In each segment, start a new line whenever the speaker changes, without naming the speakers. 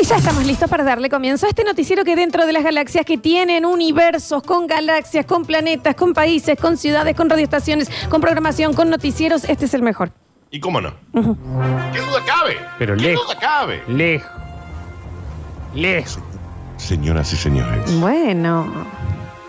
Y ya estamos listos para darle comienzo a este noticiero que dentro de las galaxias que tienen universos, con galaxias, con planetas, con países, con ciudades, con radioestaciones, con programación, con noticieros, este es el mejor.
¿Y cómo no? ¿Qué duda cabe?
Pero
¿Qué
lejos.
duda cabe?
Lejos. Lejos.
Señoras y señores,
Bueno,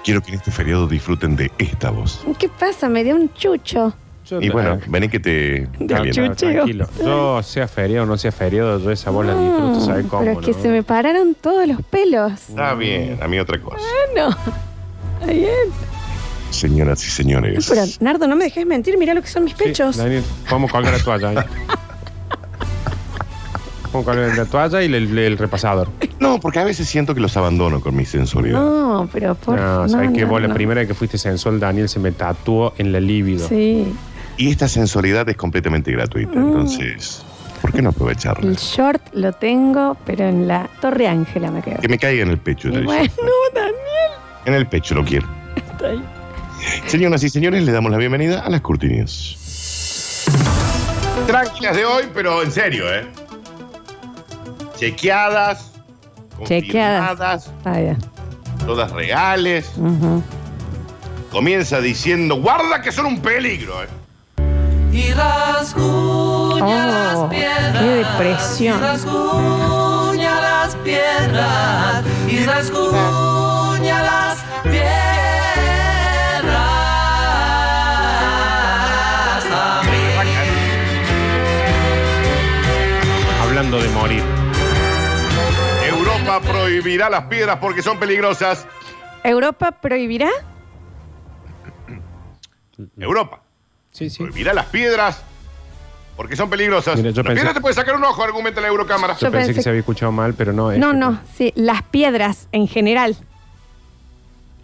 quiero que en este feriado disfruten de esta voz.
¿qué pasa? Me dio un chucho.
Yo
Y
no-
bueno, vení que te
no, no,
calienta.
chucheo.
tranquilo. Yo sea feriado o no sea feriado, yo esa bola disfruto, ¿sabes cómo?
Ah, Mm, Pero es que
no?
se me pararon todos los pelos.
Está bien, a mí otra cosa.
Bueno, está bien.
Señoras y
Pero,
señores,
Nardo, no me dejes mentir, mira lo que son mis
Sí,
pechos.
Daniel, vamos a colgar la toalla. ¿eh? Vamos a colgar la toalla y el, el- el repasador.
no, porque a veces siento que los abandono con mi sensualidad.
no, pero por
no, Ah, ¿sabes qué?
no,
Vos la
no.
primera vez que fuiste sensual, Daniel, se me tatuó en la libido.
Sí,
Y esta sensualidad es completamente gratuita, entonces, ¿por qué no aprovecharla?
Ah. el short lo tengo, pero en la Torre Ángela me quedo.
Que me caiga en el pecho. yo
Y
dije.
bueno, Daniel,
En el pecho lo quiero.
está ahí.
Señoras y señores, le damos la bienvenida a las cortinas. Tranquilas de hoy, pero en serio, ¿eh? Chequeadas,
Chequeadas.
confirmadas,
Ah, ya.
todas reales.
Ujú.
Comienza diciendo, guarda que son un peligro, ¿eh?
y rasguña
Oh,
las piedras.
qué depresión.
Y rasguña las piedras y rasguña las piedras. Abrí-
Hablando de morir.
Europa prohibirá las piedras porque son peligrosas.
¿Europa prohibirá?
Europa
Sí, sí.
prohibirá las piedras porque son peligrosas.
Mira, yo
las
pensé-
piedras te puede sacar un ojo, argumenta la Eurocámara.
Yo
Yo
pensé
pensé-
que se había escuchado mal, pero no. es
No,
que-
no, sí, las piedras en general.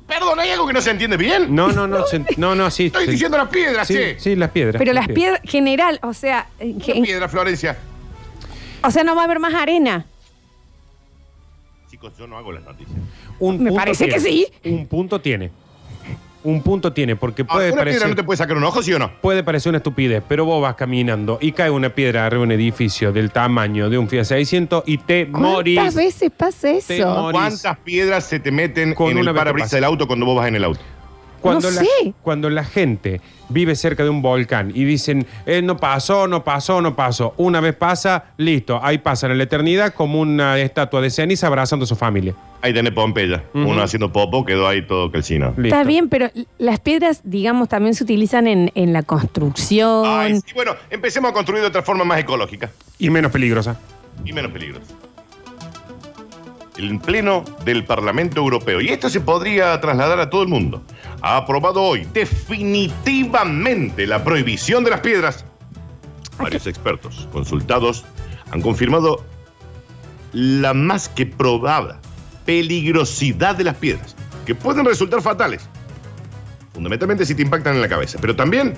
Perdón, ¿hay algo que no se entiende bien?
No, no, no. se- no, no, sí.
Estoy
sí.
diciendo las piedras,
sí,
che.
sí, las piedras.
Pero las piedras, general, o sea, en
Las
gen-
piedras, Florencia.
o sea, no va a haber más arena.
Chicos, yo no hago las noticias.
Un
Me
punto
parece que
tiene.
sí.
Un punto tiene. Un punto tiene, porque
Ahora,
puede
Ah, ¿Una piedra
parecer,
no te puede sacar un ojo, sí o no?
puede parecer una estupidez, pero vos vas caminando y cae una piedra arriba de un edificio del tamaño de un Fiat 600 y te
¿Cuántas
morís.
veces pasa
Te
eso?
morís.
¿Cuántas piedras se te meten
Con
en
una
el
vez te
parabrisas
pasa.
del auto cuando vos vas en el auto?
Cuando,
No
la,
sé.
cuando la gente vive cerca de un volcán y dicen, eh, no pasó, no pasó, no pasó, una vez pasa, listo, ahí pasan en la eternidad como una estatua de ceniza abrazando a su familia.
Ahí tenés Pompeya. Uno haciendo popo quedó ahí todo calcino.
Listo.
Está bien, pero las piedras, digamos, también se utilizan en, en la construcción.
Ay, sí, bueno, empecemos a construir de otra forma más ecológica
Y menos peligrosa.
y menos peligrosa. El Pleno del Parlamento Europeo, y esto se podría trasladar a todo el mundo, ha aprobado hoy definitivamente la prohibición de las piedras. Varios expertos consultados han confirmado la más que probada peligrosidad de las piedras, que pueden resultar fatales, fundamentalmente si te impactan en la cabeza, pero también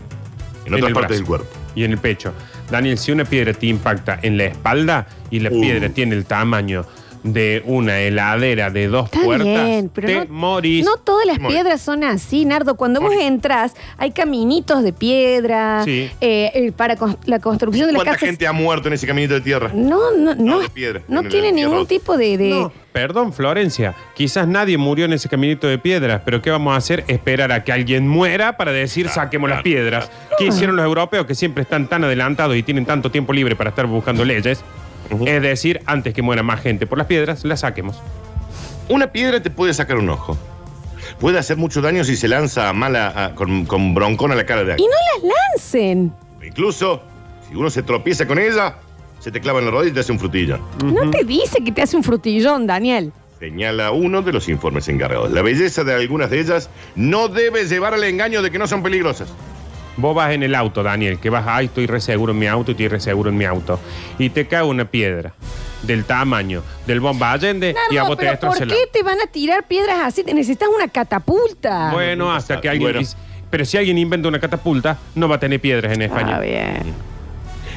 en otras partes
el brazo.
del cuerpo.
Y en el pecho. Daniel, si una piedra te impacta en la espalda y la
Uh.
piedra tiene el tamaño de una heladera de dos
Está
puertas,
bien, pero
te
no,
morís.
no todas las
Te morís.
piedras son así, Nardo. Cuando vos entras, hay caminitos de piedra
Sí.
eh, eh, para cons- la construcción de las
¿Cuánta
casas.
gente ha muerto en ese caminito de tierra?
No, no, no,
No, de piedra,
no
en el
tiene
entierro.
ningún tipo de... de-
No, Perdón, Florencia. Quizás nadie murió en ese caminito de piedras, pero ¿qué vamos a hacer? Esperar a que alguien muera para decir
Ah,
saquemos las piedras. ¿Qué hicieron los europeos que siempre están tan adelantados y tienen tanto tiempo libre para estar buscando leyes? Es decir, antes que muera más gente por las piedras, las saquemos.
Una piedra te puede sacar un ojo. Puede hacer mucho daño si se lanza a mala, a- con, con broncón a la cara de
Y
alguien.
no las lancen.
Incluso, si uno se tropieza con ella, se te clava en la rodilla y te hace un frutillo.
No te dice que te hace un frutillón, Daniel.
Señala uno de los informes encargados. La belleza de algunas de ellas no debe llevar al engaño de que no son peligrosas.
Vos vas en el auto, Daniel, que vas, ay, estoy reseguro en mi auto, estoy reseguro en mi auto. Y te cae una piedra del tamaño del bomba Allende
Nardo,
y a vos te
pero ¿por
destroza el
qué te van a tirar piedras así? Te necesitas una catapulta.
Bueno,
Nunca
hasta
sabe.
que alguien
Ah, Bueno.
dice- Pero si alguien inventa una catapulta, no va a tener piedras en España.
Está bien.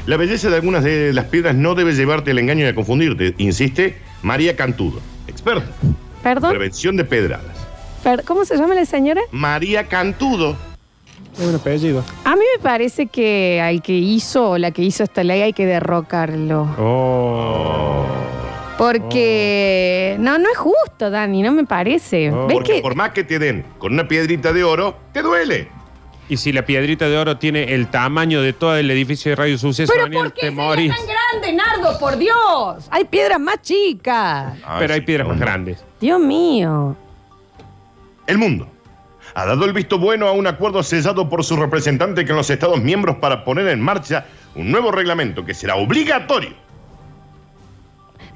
La belleza de algunas de las piedras no debe llevarte al engaño y a confundirte, insiste María Cantudo, experta en
Perdón,
prevención de pedradas.
per- ¿cómo se llama la señora?
María Cantudo.
Es un apellido.
A mí me parece que al que hizo o la que hizo esta ley hay que derrocarlo.
Oh.
Porque no, no es justo, Dani, no me parece.
Oh.
¿Ves
Porque
que
por más que te den con una piedrita de oro, te duele.
Y si la piedrita de oro tiene el tamaño de todo el edificio de Radio Suceso,
Pero
Daniel,
¿por qué
te
sería
morís.
tan grande, Nardo? Por Dios. Hay piedras más chicas.
Pero
Ay,
hay
Ah, sí,
piedras
no,
más
no.
grandes.
Dios mío.
El mundo ha dado el visto bueno a un acuerdo sellado por su representante con los Estados miembros para poner en marcha un nuevo reglamento que será obligatorio.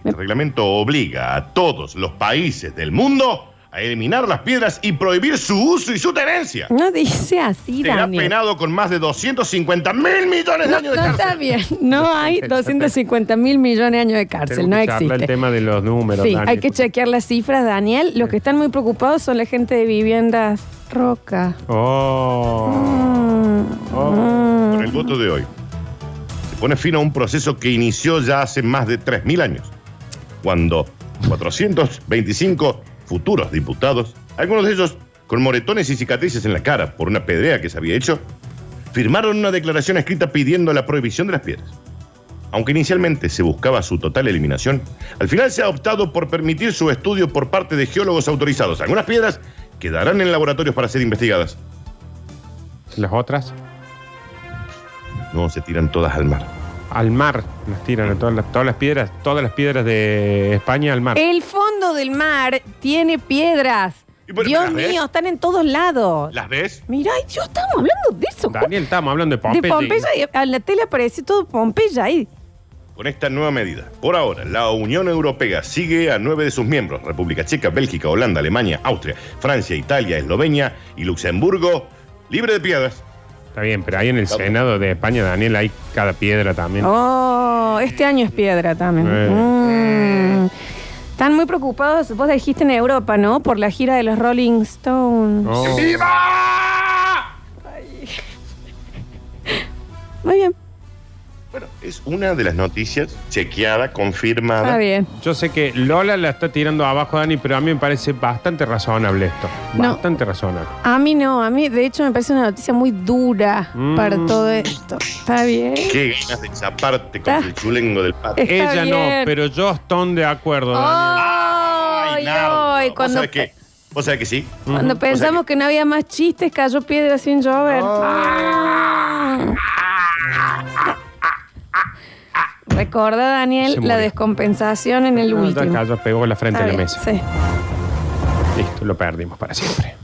El reglamento obliga a todos los países del mundo a eliminar las piedras y prohibir su uso y su tenencia.
No dice así,
Será
Dani.
penado con más de 250 mil millones de
No,
años de
no
cárcel.
está bien. No hay 250 mil millones de años de cárcel.
Tenemos
No
que charlar el
existe.
tema de los números,
Sí,
Dani,
hay que
porque-
chequear las cifras, Daniel. Los que están muy preocupados son la gente de viviendas roca.
Oh.
Mm.
Oh.
Con el voto de hoy se pone fin a un proceso que inició ya hace más de 3.000 años, cuando 425 futuros diputados, algunos de ellos con moretones y cicatrices en la cara por una pedrea que se había hecho, firmaron una declaración escrita pidiendo la prohibición de las piedras. Aunque inicialmente se buscaba su total eliminación, al final se ha optado por permitir su estudio por parte de geólogos autorizados. Algunas piedras quedarán en laboratorios para ser investigadas.
Las otras
No se tiran todas al mar.
al mar las tiran, a todas las, todas las piedras, todas las piedras de España al mar.
El fondo del mar tiene piedras.
Y bueno,
Dios
¿las ves?
mío, están en todos lados.
¿Las ves?
Mirá, ay, Dios, estamos hablando de eso.
Daniel, estamos hablando de Pompeya.
De Pompeya, y a la tele aparece todo Pompeya ahí.
Con esta nueva medida, por ahora, la Unión Europea sigue a nueve de sus miembros, República Checa, Bélgica, Holanda, Alemania, Austria, Francia, Italia, Eslovenia y Luxemburgo, libre de piedras.
Está bien, pero ahí en el Senado de España, Daniel, hay cada piedra también.
Oh, este año es piedra también.
Eh.
Mm. Están muy preocupados, vos dijiste en Europa, ¿no? Por la gira de los Rolling Stones.
Oh.
¡Viva!
Muy bien,
Bueno, es una de las noticias chequeada,
está
confirmada.
bien.
Yo sé que Lola la está tirando abajo, Dani, pero a mí me parece bastante razonable esto.
No.
Bastante razonable.
A mí no, a mí de hecho me parece una noticia muy dura
Mm.
para todo esto. Está bien.
Qué ganas de chaparte con
Está-
el chulengo del patio.
Está
Ella
bien. Ah,
no, pero yo estoy de acuerdo, Daniel.
Ay, ay,
¿Vos
cuando,
sabés que, ¿Vos sabés que sí?
cuando pensamos que... no había más chistes, cayó piedra sin llover. Ah. Recuerda,
Se
Daniel, la
murió.
descompensación en el
No, ya
último.
cayó, pegó con la frente
Está
a la
bien,
mesa.
sí.
Listo, lo perdimos para siempre.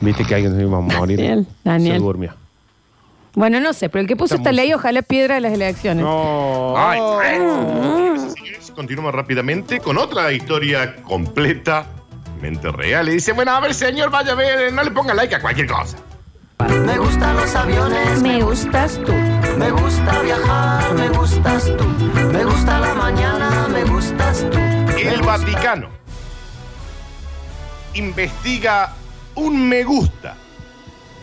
Viste que alguien se iba a morir.
Daniel, Daniel.
Se durmió.
Bueno, no sé, pero el que puso
Esta
esta ley, ojalá piedra de las elecciones.
No.
Oh.
Ay, bueno. Señores, Continuamos rápidamente con otra historia completamente real. Y dice, bueno, a ver, señor, vaya a ver, no le ponga like a cualquier cosa.
Me gustan los aviones,
Me gustas tú.
me gusta viajar, me gustas tú. Me gusta la mañana, me gustas tú.
El Vaticano investiga un me gusta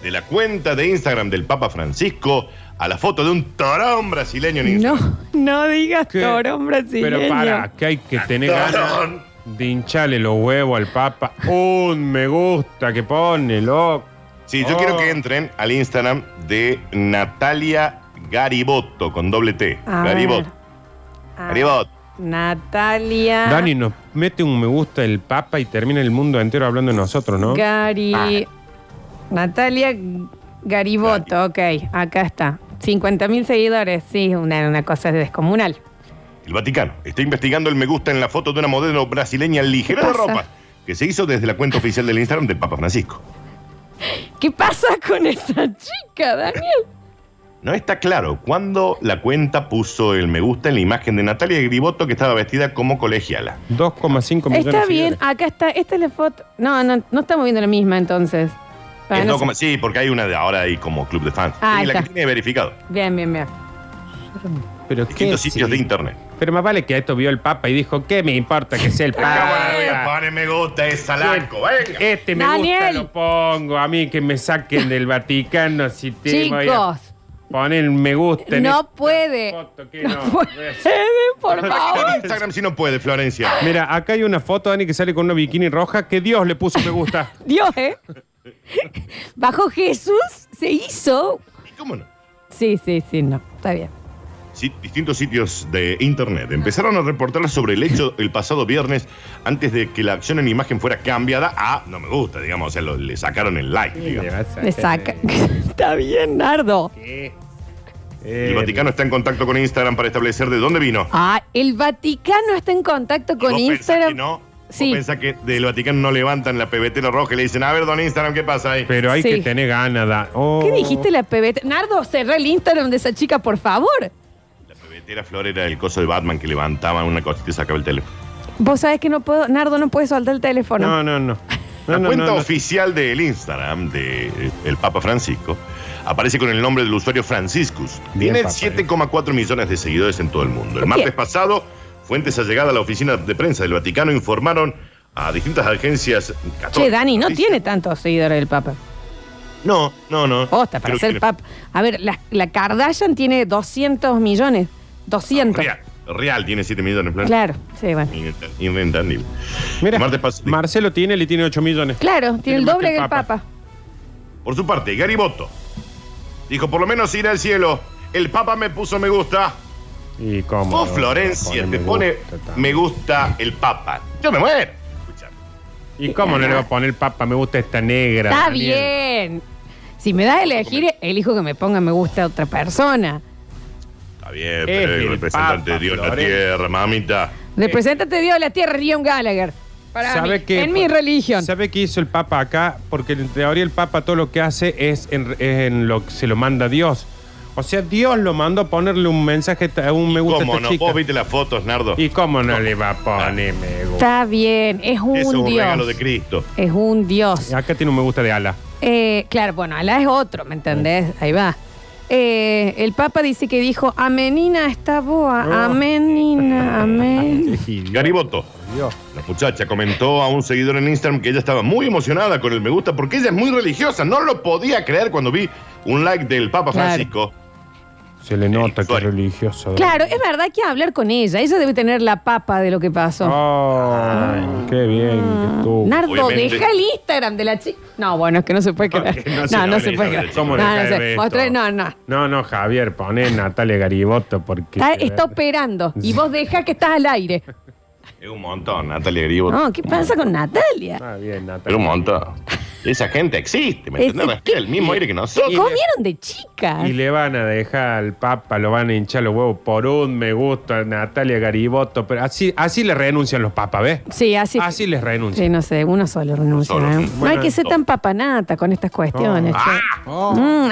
de la cuenta de Instagram del Papa Francisco a la foto de un torón brasileño en
No,
Instagram.
no digas
¿Qué?
torón brasileño.
Pero para, que hay que tener ganas
Torón.
de hincharle los huevos al Papa. Un me gusta que pone, loco.
Sí, yo
Oh.
quiero que entren al Instagram de Natalia Garibotto con doble T.
A ver.
Garibotto.
Ah,
Garibotto.
Natalia.
Dani nos mete un me gusta el Papa y termina el mundo entero hablando de nosotros, ¿no?
Gari. Natalia Gariboto, ok, acá está. 50.000 seguidores, sí, una, una cosa descomunal.
El Vaticano está investigando el me gusta en la foto de una modelo brasileña ligera
¿Qué
de
pasa?
ropa que se hizo desde la cuenta oficial del Instagram del Papa Francisco.
¿Qué pasa con esta chica, Daniel?
No está claro cuándo la cuenta puso el me gusta en la imagen de Natalia Griboto que estaba vestida como colegiala.
2,5 millones
Está
de
bien,
seguidores.
acá está, esta es la foto. No, no, no estamos viendo la misma entonces. Para
Es
no
no
ser-
como- sí, porque hay una de ahora ahí como club de fans.
Ah,
y la
está.
que tiene verificado.
Bien, bien, bien. Ah.
Pero qué.
Distintos sitios
sí.
de internet.
Pero más vale que esto vio el Papa y dijo, ¿qué me importa que sea el Papa?
Pone me gusta, es salanco, venga.
Este me gusta,
Daniel.
lo pongo. A mí que me saquen del Vaticano si te voy a
Chicos,
poner un me gusta. en
no
esta
puede.
foto, que
No
no.
puede, por
En
favor.
Instagram si no puede, Florencia.
Mira, acá hay una foto, Dani, que sale con una bikini roja que Dios le puso me gusta.
Dios, ¿eh? Bajo Jesús se hizo.
¿Y cómo no?
Sí, sí, sí, no. Está bien.
Sí, distintos sitios de internet empezaron a reportar sobre el hecho el pasado viernes antes de que la acción en imagen fuera cambiada a no me gusta, digamos, o sea, lo- le sacaron el like. digamos.
Me saca. Está bien, Nardo.
El Vaticano está en contacto con Instagram para establecer de dónde vino.
Ah, el Vaticano está en contacto con
¿Vos pensás
Instagram.
que no? ¿Vos
Sí.
pensás que del Vaticano no levantan la pebetera roja y le dicen, a ver, don Instagram, ¿qué pasa ahí?
Pero hay
Sí.
que tener ganas. da- Oh.
¿Qué dijiste la PBT? Nardo, cerré el Instagram de esa chica, por favor.
La pebetera flor era el coso de Batman que levantaba una cosita y sacaba el teléfono.
Vos sabés que no puedo, Nardo no puede soltar el teléfono.
No, no, no. No,
la
no,
cuenta
no, no.
oficial del Instagram del Papa Francisco aparece con el nombre del usuario Franciscus.
Bien,
Tiene
Papa,
7,4 millones de seguidores en todo el mundo. El
Bien.
martes pasado, fuentes allegadas a la oficina de prensa del Vaticano informaron a distintas agencias católicas.
Che, Dani, no tiene tantos seguidores el Papa.
No, no, no.
Posta, para
Creo
ser
que-
Papa. A ver, la, la Kardashian tiene 200 millones. 200.
Real, real tiene 7 millones. plan.
Claro, sí, bueno.
Inentan- Inentendible.
Mira,
Martes pas-
Marcelo tiene, le tiene 8 millones.
Claro, tiene, el
más
doble que el Papa.
Por su parte, Gariboto dijo, por lo menos ir al cielo. El Papa me puso me gusta.
¿Y cómo?
Vos, Oh, Florencia, te
me
pone
gusta, está.
me gusta el Papa. Yo me muero. Escuchá.
¿Y cómo no le va a poner Papa? Me gusta esta negra.
Está
Daniel?
bien. Si me das a elegir, elijo que me ponga me gusta a otra persona.
Está bien, pero
Es
el
el
representante de
Papa,
Dios en la
Florencia.
tierra, mamita.
Represéntate Dios de la Tierra, Rion Gallagher. Para
¿Sabe
mí,
qué?
en mi religión.
¿Sabe qué hizo el Papa acá? Porque en teoría el Papa todo lo que hace es en, es en lo que se lo manda Dios. O sea, Dios lo mandó a ponerle un mensaje, a un me gusta a
¿Cómo
esta
no?
chica.
Vos viste las fotos, Nardo.
¿Y cómo no le va a poner me gusta?
Está bien, es un
Eso es un
Dios.
regalo de Cristo.
Es un Dios.
Acá tiene un me gusta de ala.
Eh, claro, bueno, Alá es otro, ¿me entendés? Ahí va. Eh, el Papa dice que dijo, amenina está boa, amenina, amén.
Gariboto. La muchacha comentó a un seguidor en Instagram que ella estaba muy emocionada con el me gusta porque ella es muy religiosa. No lo podía creer cuando vi un like del Papa
Claro.
Francisco.
Se le nota que es
usuario.
religioso.
Claro, es verdad que hablar con ella, ella debe tener la papa de lo que pasó.
Ay, qué bien que tú.
Nardo,
Obviamente.
deja el Instagram de la chica. No, bueno, es que no se puede creer.
Porque
No,
no se
no,
habla
se
de
puede
esa
creer.
manera.
no,
¿Cómo le
no,
cae
se-
esto?
mostré- no, no.
No, no, Javier, poné Natalia Gariboto porque.
Está, está operando y vos deja que estás al aire.
Es un montón, Natalia Gariboto.
No, ¿qué pasa con Natalia?
Está Ah, bien, Natalia.
Pero un montón. Esa gente existe, ¿me
Ese-
entendés? Respira el mismo aire que nosotros.
¿Qué comieron de chicas?
Y le van a dejar al Papa, lo van a hinchar los huevos por un me gusta a Natalia Gariboto. Pero así, así le renuncian los papas, ¿ves?
Sí, así.
Así les renuncian.
Sí, no sé, uno solo renuncia.
Solo.
¿eh? no
Bueno,
hay que ser tan papanata con estas cuestiones.
Oh.
che. Mm,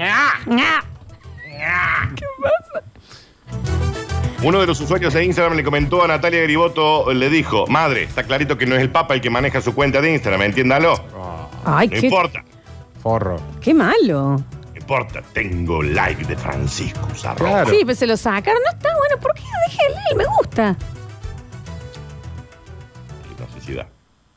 ah. Ah.
Uno de los usuarios de Instagram le comentó a Natalia Gariboto, le dijo, madre, está clarito que no es el Papa el que maneja su cuenta de Instagram, entiéndalo.
Ay,
No
qué,
importa,
Forro.
qué malo.
no importa, tengo like de Francisco arroba.
Claro.
Sí, pues se lo sacaron. No está bueno. ¿Por qué? Déjenle, me gusta.
No sé si da.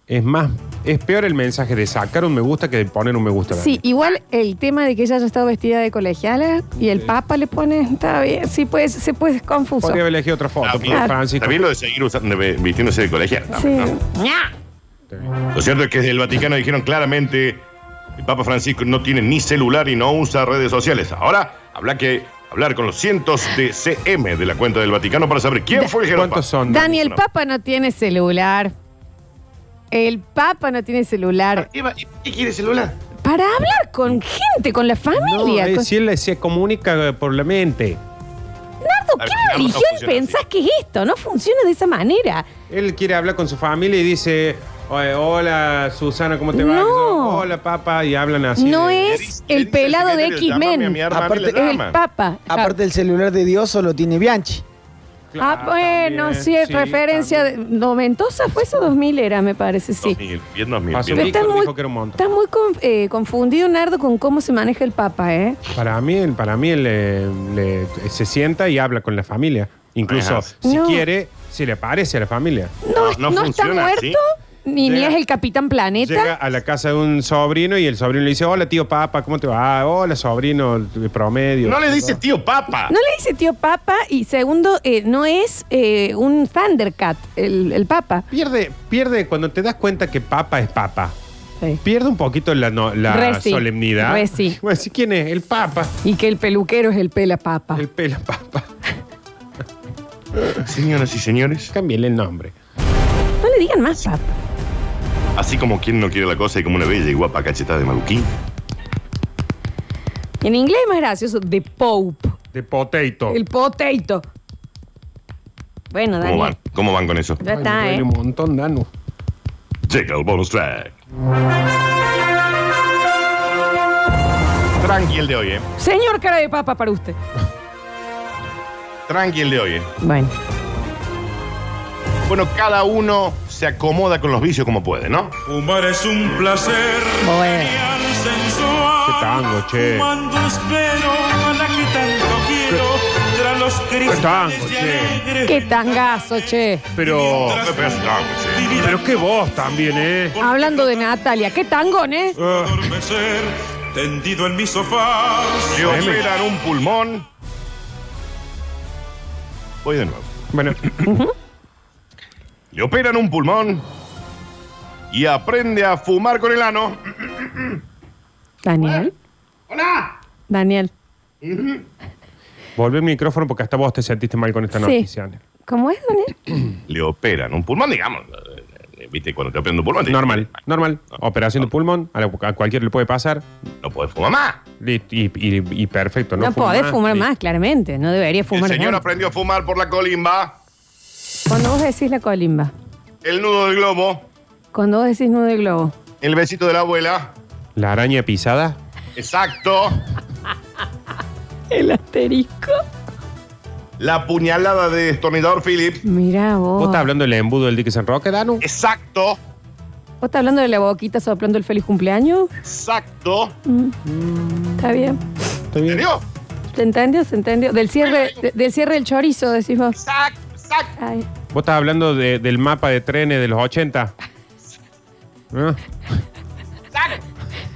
Es más, es peor el mensaje de sacar un me gusta que de poner un me gusta.
Sí, igual el tema de que ella haya estado vestida de colegiala y el Papa le pone. Está bien. Sí, pues, se puede, es confuso.
Podría haber elegido otra foto,
También-
pero Francisco.
También lo de seguir usando, de- vistiéndose de colegial.
Sí.
también, ¿no? Lo cierto es que desde el Vaticano dijeron claramente el Papa Francisco no tiene ni celular y no usa redes sociales. Ahora habrá que hablar con los cientos de CM de la cuenta del Vaticano para saber quién fue el jeropa.
¿Cuántos son?
Dani, el Papa no tiene celular. El Papa no tiene celular.
Ah, Eva, ¿y ¿Qué quiere celular?
Para hablar con gente, con la
No,
familia.
eh,
con-
si él se comunica eh, por la mente.
Nardo,
Al
¿qué
final no
religión
funciona
pensás
así.
que es esto? No funciona de esa manera.
Él quiere hablar con su familia y dice, "Oye, hola Susana, ¿cómo te va?
No.
Hola papá, y hablan así.
no
de-
Le
es
dice- le
el
dice
pelado de
secretario, "Llámame a mi
X-Men.
hermana y
Aparte-
la
Es el
llama".
Papa.
Aparte, el celular de Dios solo tiene Bianchi.
ah, bueno,
también,
sí,
sí,
referencia. de- ¿Noventosa fue eso? 2000 era, me parece, sí.
2000, bien 2000,
Pasó.
bien
Dijo-
Estás muy,
dijo que era un montón.
estás muy con- eh, confundido, Nardo, con cómo se maneja el Papa, ¿eh?
Para mí, él- para mí él, eh, le- se sienta y habla con la familia. Incluso,
Ajá.
si
No.
quiere, si le parece a la familia.
No,
No, no
no está
funciona
muerto,
así.
ni, ni
Llega-
es el Capitán Planeta.
Llega a la casa de un sobrino y el sobrino le dice, hola tío Papa, ¿cómo te va? Ah, hola sobrino, de promedio.
No le dice tío papa.
No le dice tío Papa y segundo, eh, no es eh, un Thundercat el, el Papa.
Pierde, pierde cuando te das cuenta que Papa es Papa.
Sí.
Pierde un poquito la, no- la
Reci.
solemnidad.
Reci.
Bueno, sí, ¿quién es? El Papa.
Y que el peluquero es el pela Papa.
El pela Papa.
Señoras y señores,
Cámbiale el nombre.
No le digan más Papa.
así como quien no quiere la cosa y como una bella y guapa cachetada de maluquín.
En inglés es más gracioso, The Pope,
De potato.
el potato. Bueno,
¿Cómo
Daniel,
van? ¿Cómo van con eso?
ya
Ay, me
está,
duele
¿eh?
un montón, Danu.
Llega el bonus track. Tranqui el de hoy, ¿eh?
Señor cara de papa para usted.
Tranqui el de hoy, ¿eh?
Bueno.
Bueno, cada uno se acomoda con los vicios como puede, ¿no?
Fumar es un placer
Bueno.
genial, sensual.
Qué tango, che.
Fumando espero a la que tanto quiero. Tras los cristales
tango,
de
che.
alegre
Qué tangazo, che.
Pero.
ah, pues
Pero qué voz también, ¿eh?
Hablando de Natalia, qué tangón, ¿eh?
Ah,
adormecer, tendido en mi sofá.
Le operan un pulmón. Voy de nuevo.
bueno,
Le operan un pulmón y aprende a fumar con el ano.
Daniel.
¡Hola!
Daniel.
volve el micrófono porque hasta vos te sentiste mal con esta noticia. Ana.
¿Cómo es, Daniel?
Le operan un pulmón, digamos. ¿Viste? Cuando te operan un pulmón. te-
Normal, normal. Operación de pulmón, a, la- a cualquiera le puede pasar.
No puedes fumar más.
Listo, Y, y- y perfecto,
No,
no, fuma
podés fumar
Listo.
más, claramente. No debería
El
fumar
señor
tanto.
aprendió a fumar por la colimba,
Cuando vos decís la colimba,
el nudo del globo,
cuando vos decís nudo de globo,
el besito de la abuela.
La araña pisada.
Exacto.
el asterisco.
La puñalada de destornillador Phillips.
Mirá vos.
¿Vos estás hablando del embudo del Dickinson Roque, Danu?
Exacto.
¿Vos estás hablando de la boquita soplando el feliz cumpleaños?
Exacto.
Está bien.
Está
¿En
bien.
serio?
¿Se entendió? ¿Se entendió? Del cierre, de- del cierre del chorizo, decís vos.
Exacto. Exacto.
Ay.
¿Vos estás hablando de- del mapa de trenes de los 80? ¿Ah?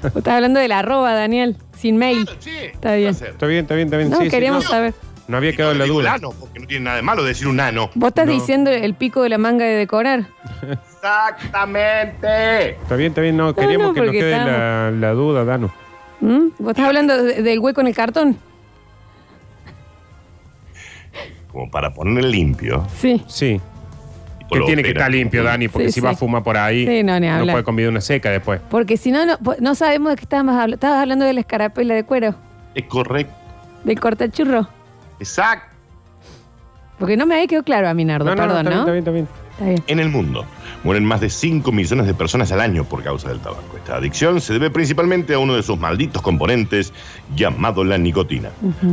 Vos estás hablando de la arroba, Daniel. Sin mail.
Sí.
Está bien.
Está bien, está bien, está bien.
No,
Sí, sí,
queríamos
no.
saber.
No había quedado la
Digo
duda.
nano, porque no tiene nada de malo decir un nano.
¿Vos estás diciendo el pico de la manga de decorar?
Exactamente.
Está bien, está bien. No, queríamos
no,
que nos
porque
quede la, la duda, Danu.
¿Mm? ¿Vos estás hablando de- del hueco en el cartón?
Como para poner limpio.
Sí.
Sí.
tipo,
Que
lo
tiene que
operan.
estar limpio, Dani, porque
Sí,
si va
sí.
a fumar por ahí,
Sí, no, ni hablar.
puede comer una seca después.
Porque si no, no, no sabemos de qué estabas hablando. Estabas hablando de la escarapela de cuero,
Es correcto.
del cortachurro.
Exacto.
Porque no me había quedado claro a mí, Nardo, perdón,
está
¿no?
bien, está bien,
Está bien.
En el mundo mueren más de 5 millones de personas al año por causa del tabaco. Esta adicción se debe principalmente a uno de sus malditos componentes llamado la nicotina.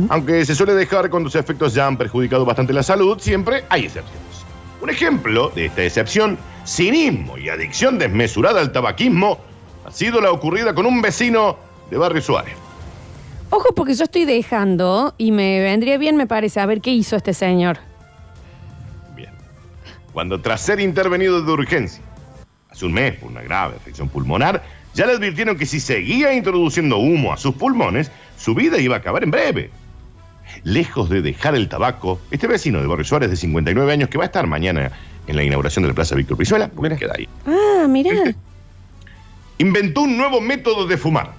Aunque se suele dejar cuando sus efectos ya han perjudicado bastante la salud, siempre hay excepciones. Un ejemplo de esta excepción, cinismo y adicción desmesurada al tabaquismo, ha sido la ocurrida con un vecino de Barrio Suárez.
Ojo, porque yo estoy dejando y me vendría bien, me parece, a ver qué hizo este señor.
Bien. Cuando tras ser intervenido de urgencia, hace un mes por una grave afección pulmonar, ya le advirtieron que si seguía introduciendo humo a sus pulmones, su vida iba a acabar en breve. Lejos de dejar el tabaco, este vecino de Barrio Suárez de 59 años que va a estar mañana en la inauguración de la Plaza Víctor Pizuela, porque
Mira.
queda ahí,
Ah, mirá.
inventó un nuevo método de fumar.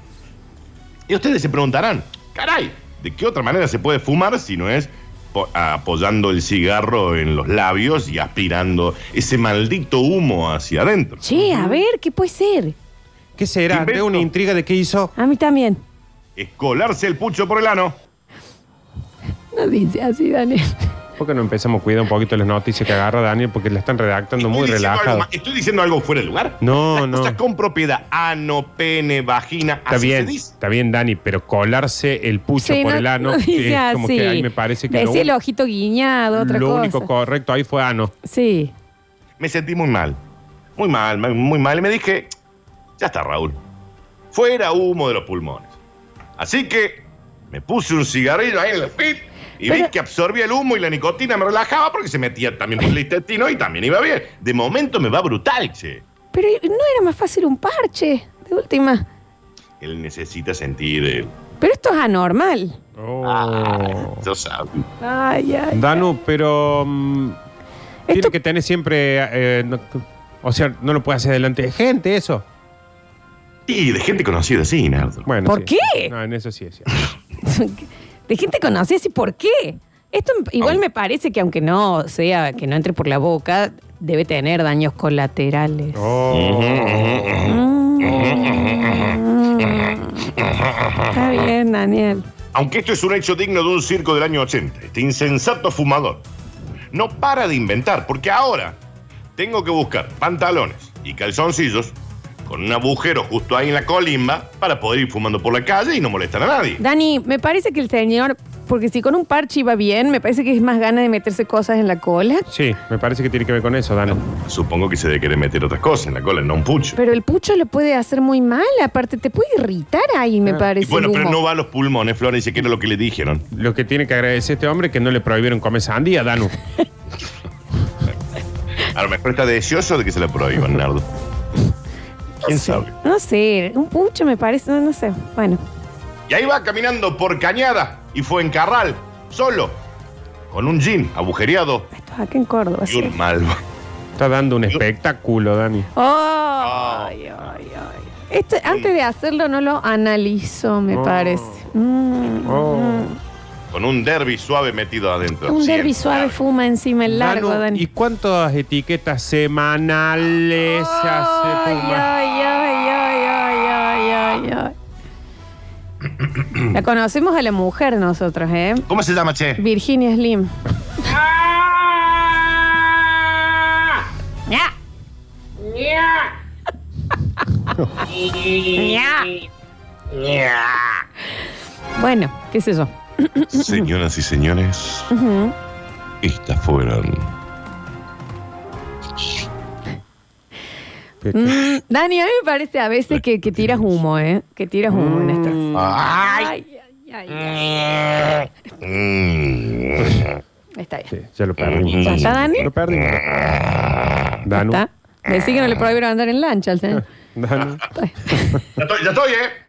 Y ustedes se preguntarán, caray, ¿de qué otra manera se puede fumar si no es po- apoyando el cigarro en los labios y aspirando ese maldito humo hacia adentro?
Che, a ver, ¿qué puede ser?
¿Qué será?
Invento.
Tengo una intriga de qué hizo.
A mí también.
Es colarse el pucho por el ano,
No dice así, Daniel.
¿Por qué no empezamos a cuidar un poquito las noticias que agarra Daniel? Porque la están redactando muy
diciendo algo
relajado.
ma- ¿Estoy diciendo algo fuera de lugar?
No,
Las
no.
cosas con propiedad. Ano, pene, vagina.
Está
así
bien,
se dice.
está bien, Dani, pero colarse el pucho
Sí,
por
no-
el ano
no dice
es como
así.
que ahí me parece que lo,
Decía el ojito guiñado, otra
lo
cosa.
único correcto ahí fue ano.
sí.
Me sentí muy mal. Muy mal, ma- muy mal. Y me dije, ya está, Raúl. Fuera humo de los pulmones. Así que me puse un cigarrillo ahí en la fit y vi
Pero-
que absorbía el humo y la nicotina me relajaba porque se metía también por el intestino y también iba bien. De momento me va brutal, che.
Pero ¿y no era más fácil un parche, de última.
Él necesita sentir el...
Pero esto es anormal.
Oh.
Yo sab-
Ay, ay.
Danu, pero mm, tiene
Esto-
que tener siempre. eh, no- o sea, no lo puede hacer delante de gente, eso.
Y de gente conocida, sí, Nardo.
Bueno,
¿Por
sí.
qué?
No, en eso sí es cierto.
De gente conocida, sí, ¿por qué? Esto igual me parece que aunque no sea, que no entre por la boca, debe tener daños colaterales. Mm.
Oh.
Está bien, Daniel.
Aunque esto es un hecho digno de un circo del año 80, este insensato fumador no para de inventar, porque ahora tengo que buscar pantalones y calzoncillos con un agujero justo ahí en la colimba para poder ir fumando por la calle y no molestar a nadie.
Dani, me parece que el señor, porque si con un parche iba bien, me parece que es más gana de meterse cosas en la cola.
Sí, me parece que tiene que ver con eso, Danu.
Supongo que se debe querer meter otras cosas en la cola, no un pucho.
Pero el pucho le puede hacer muy mal, aparte te puede irritar ahí, me
Ah, Y
parece.
bueno,
el
pero
humo.
no va a los pulmones, Florencia, que era lo que le dijeron.
Lo que tiene que agradecer este hombre es que no le prohibieron comer sandía, Danu.
A lo mejor está deseoso de que se la prohíban, Nardo. ¿Quién sabe?
No sé, un pucho me parece, no, no sé. Bueno,
Y ahí va caminando por Cañada y fue en Carral, solo, con un jean agujereado
esto es acá en Córdoba.
y
sí.
un malva.
Está dando un espectáculo, Dani.
Ay, ay, ay. Esto, antes de hacerlo no lo analizo, me
Oh.
parece. Mm,
Oh.
mm.
Con un derby suave metido adentro.
Un
Siempre.
derby suave fuma encima el largo,
Danu,
Dani.
¿Y cuántas etiquetas semanales se hace
Ay,
fumar?
ay, ay, ay, ay, ay, ay, ay. La conocemos a la mujer nosotros, ¿eh?
¿Cómo se llama, che?
Virginia Slim. ¡Ya! ¡Ya! Bueno, qué sé yo.
Señoras y señores,
Ujú.
estas fueron.
Mm, Dani, a mí me parece a veces que, que tiras humo, ¿eh? Que tiras humo en esto.
¡Ay!
Ay, ay, ay, ay.
Mm.
Está bien.
Sí, ya lo perdí.
¿Ya está, Dani?
Lo perdí. Danu.
¿Está? Decí que no le prohibieron andar en lancha al señor.
Danu.
Está bien.
Ya estoy, ya estoy, ¿eh?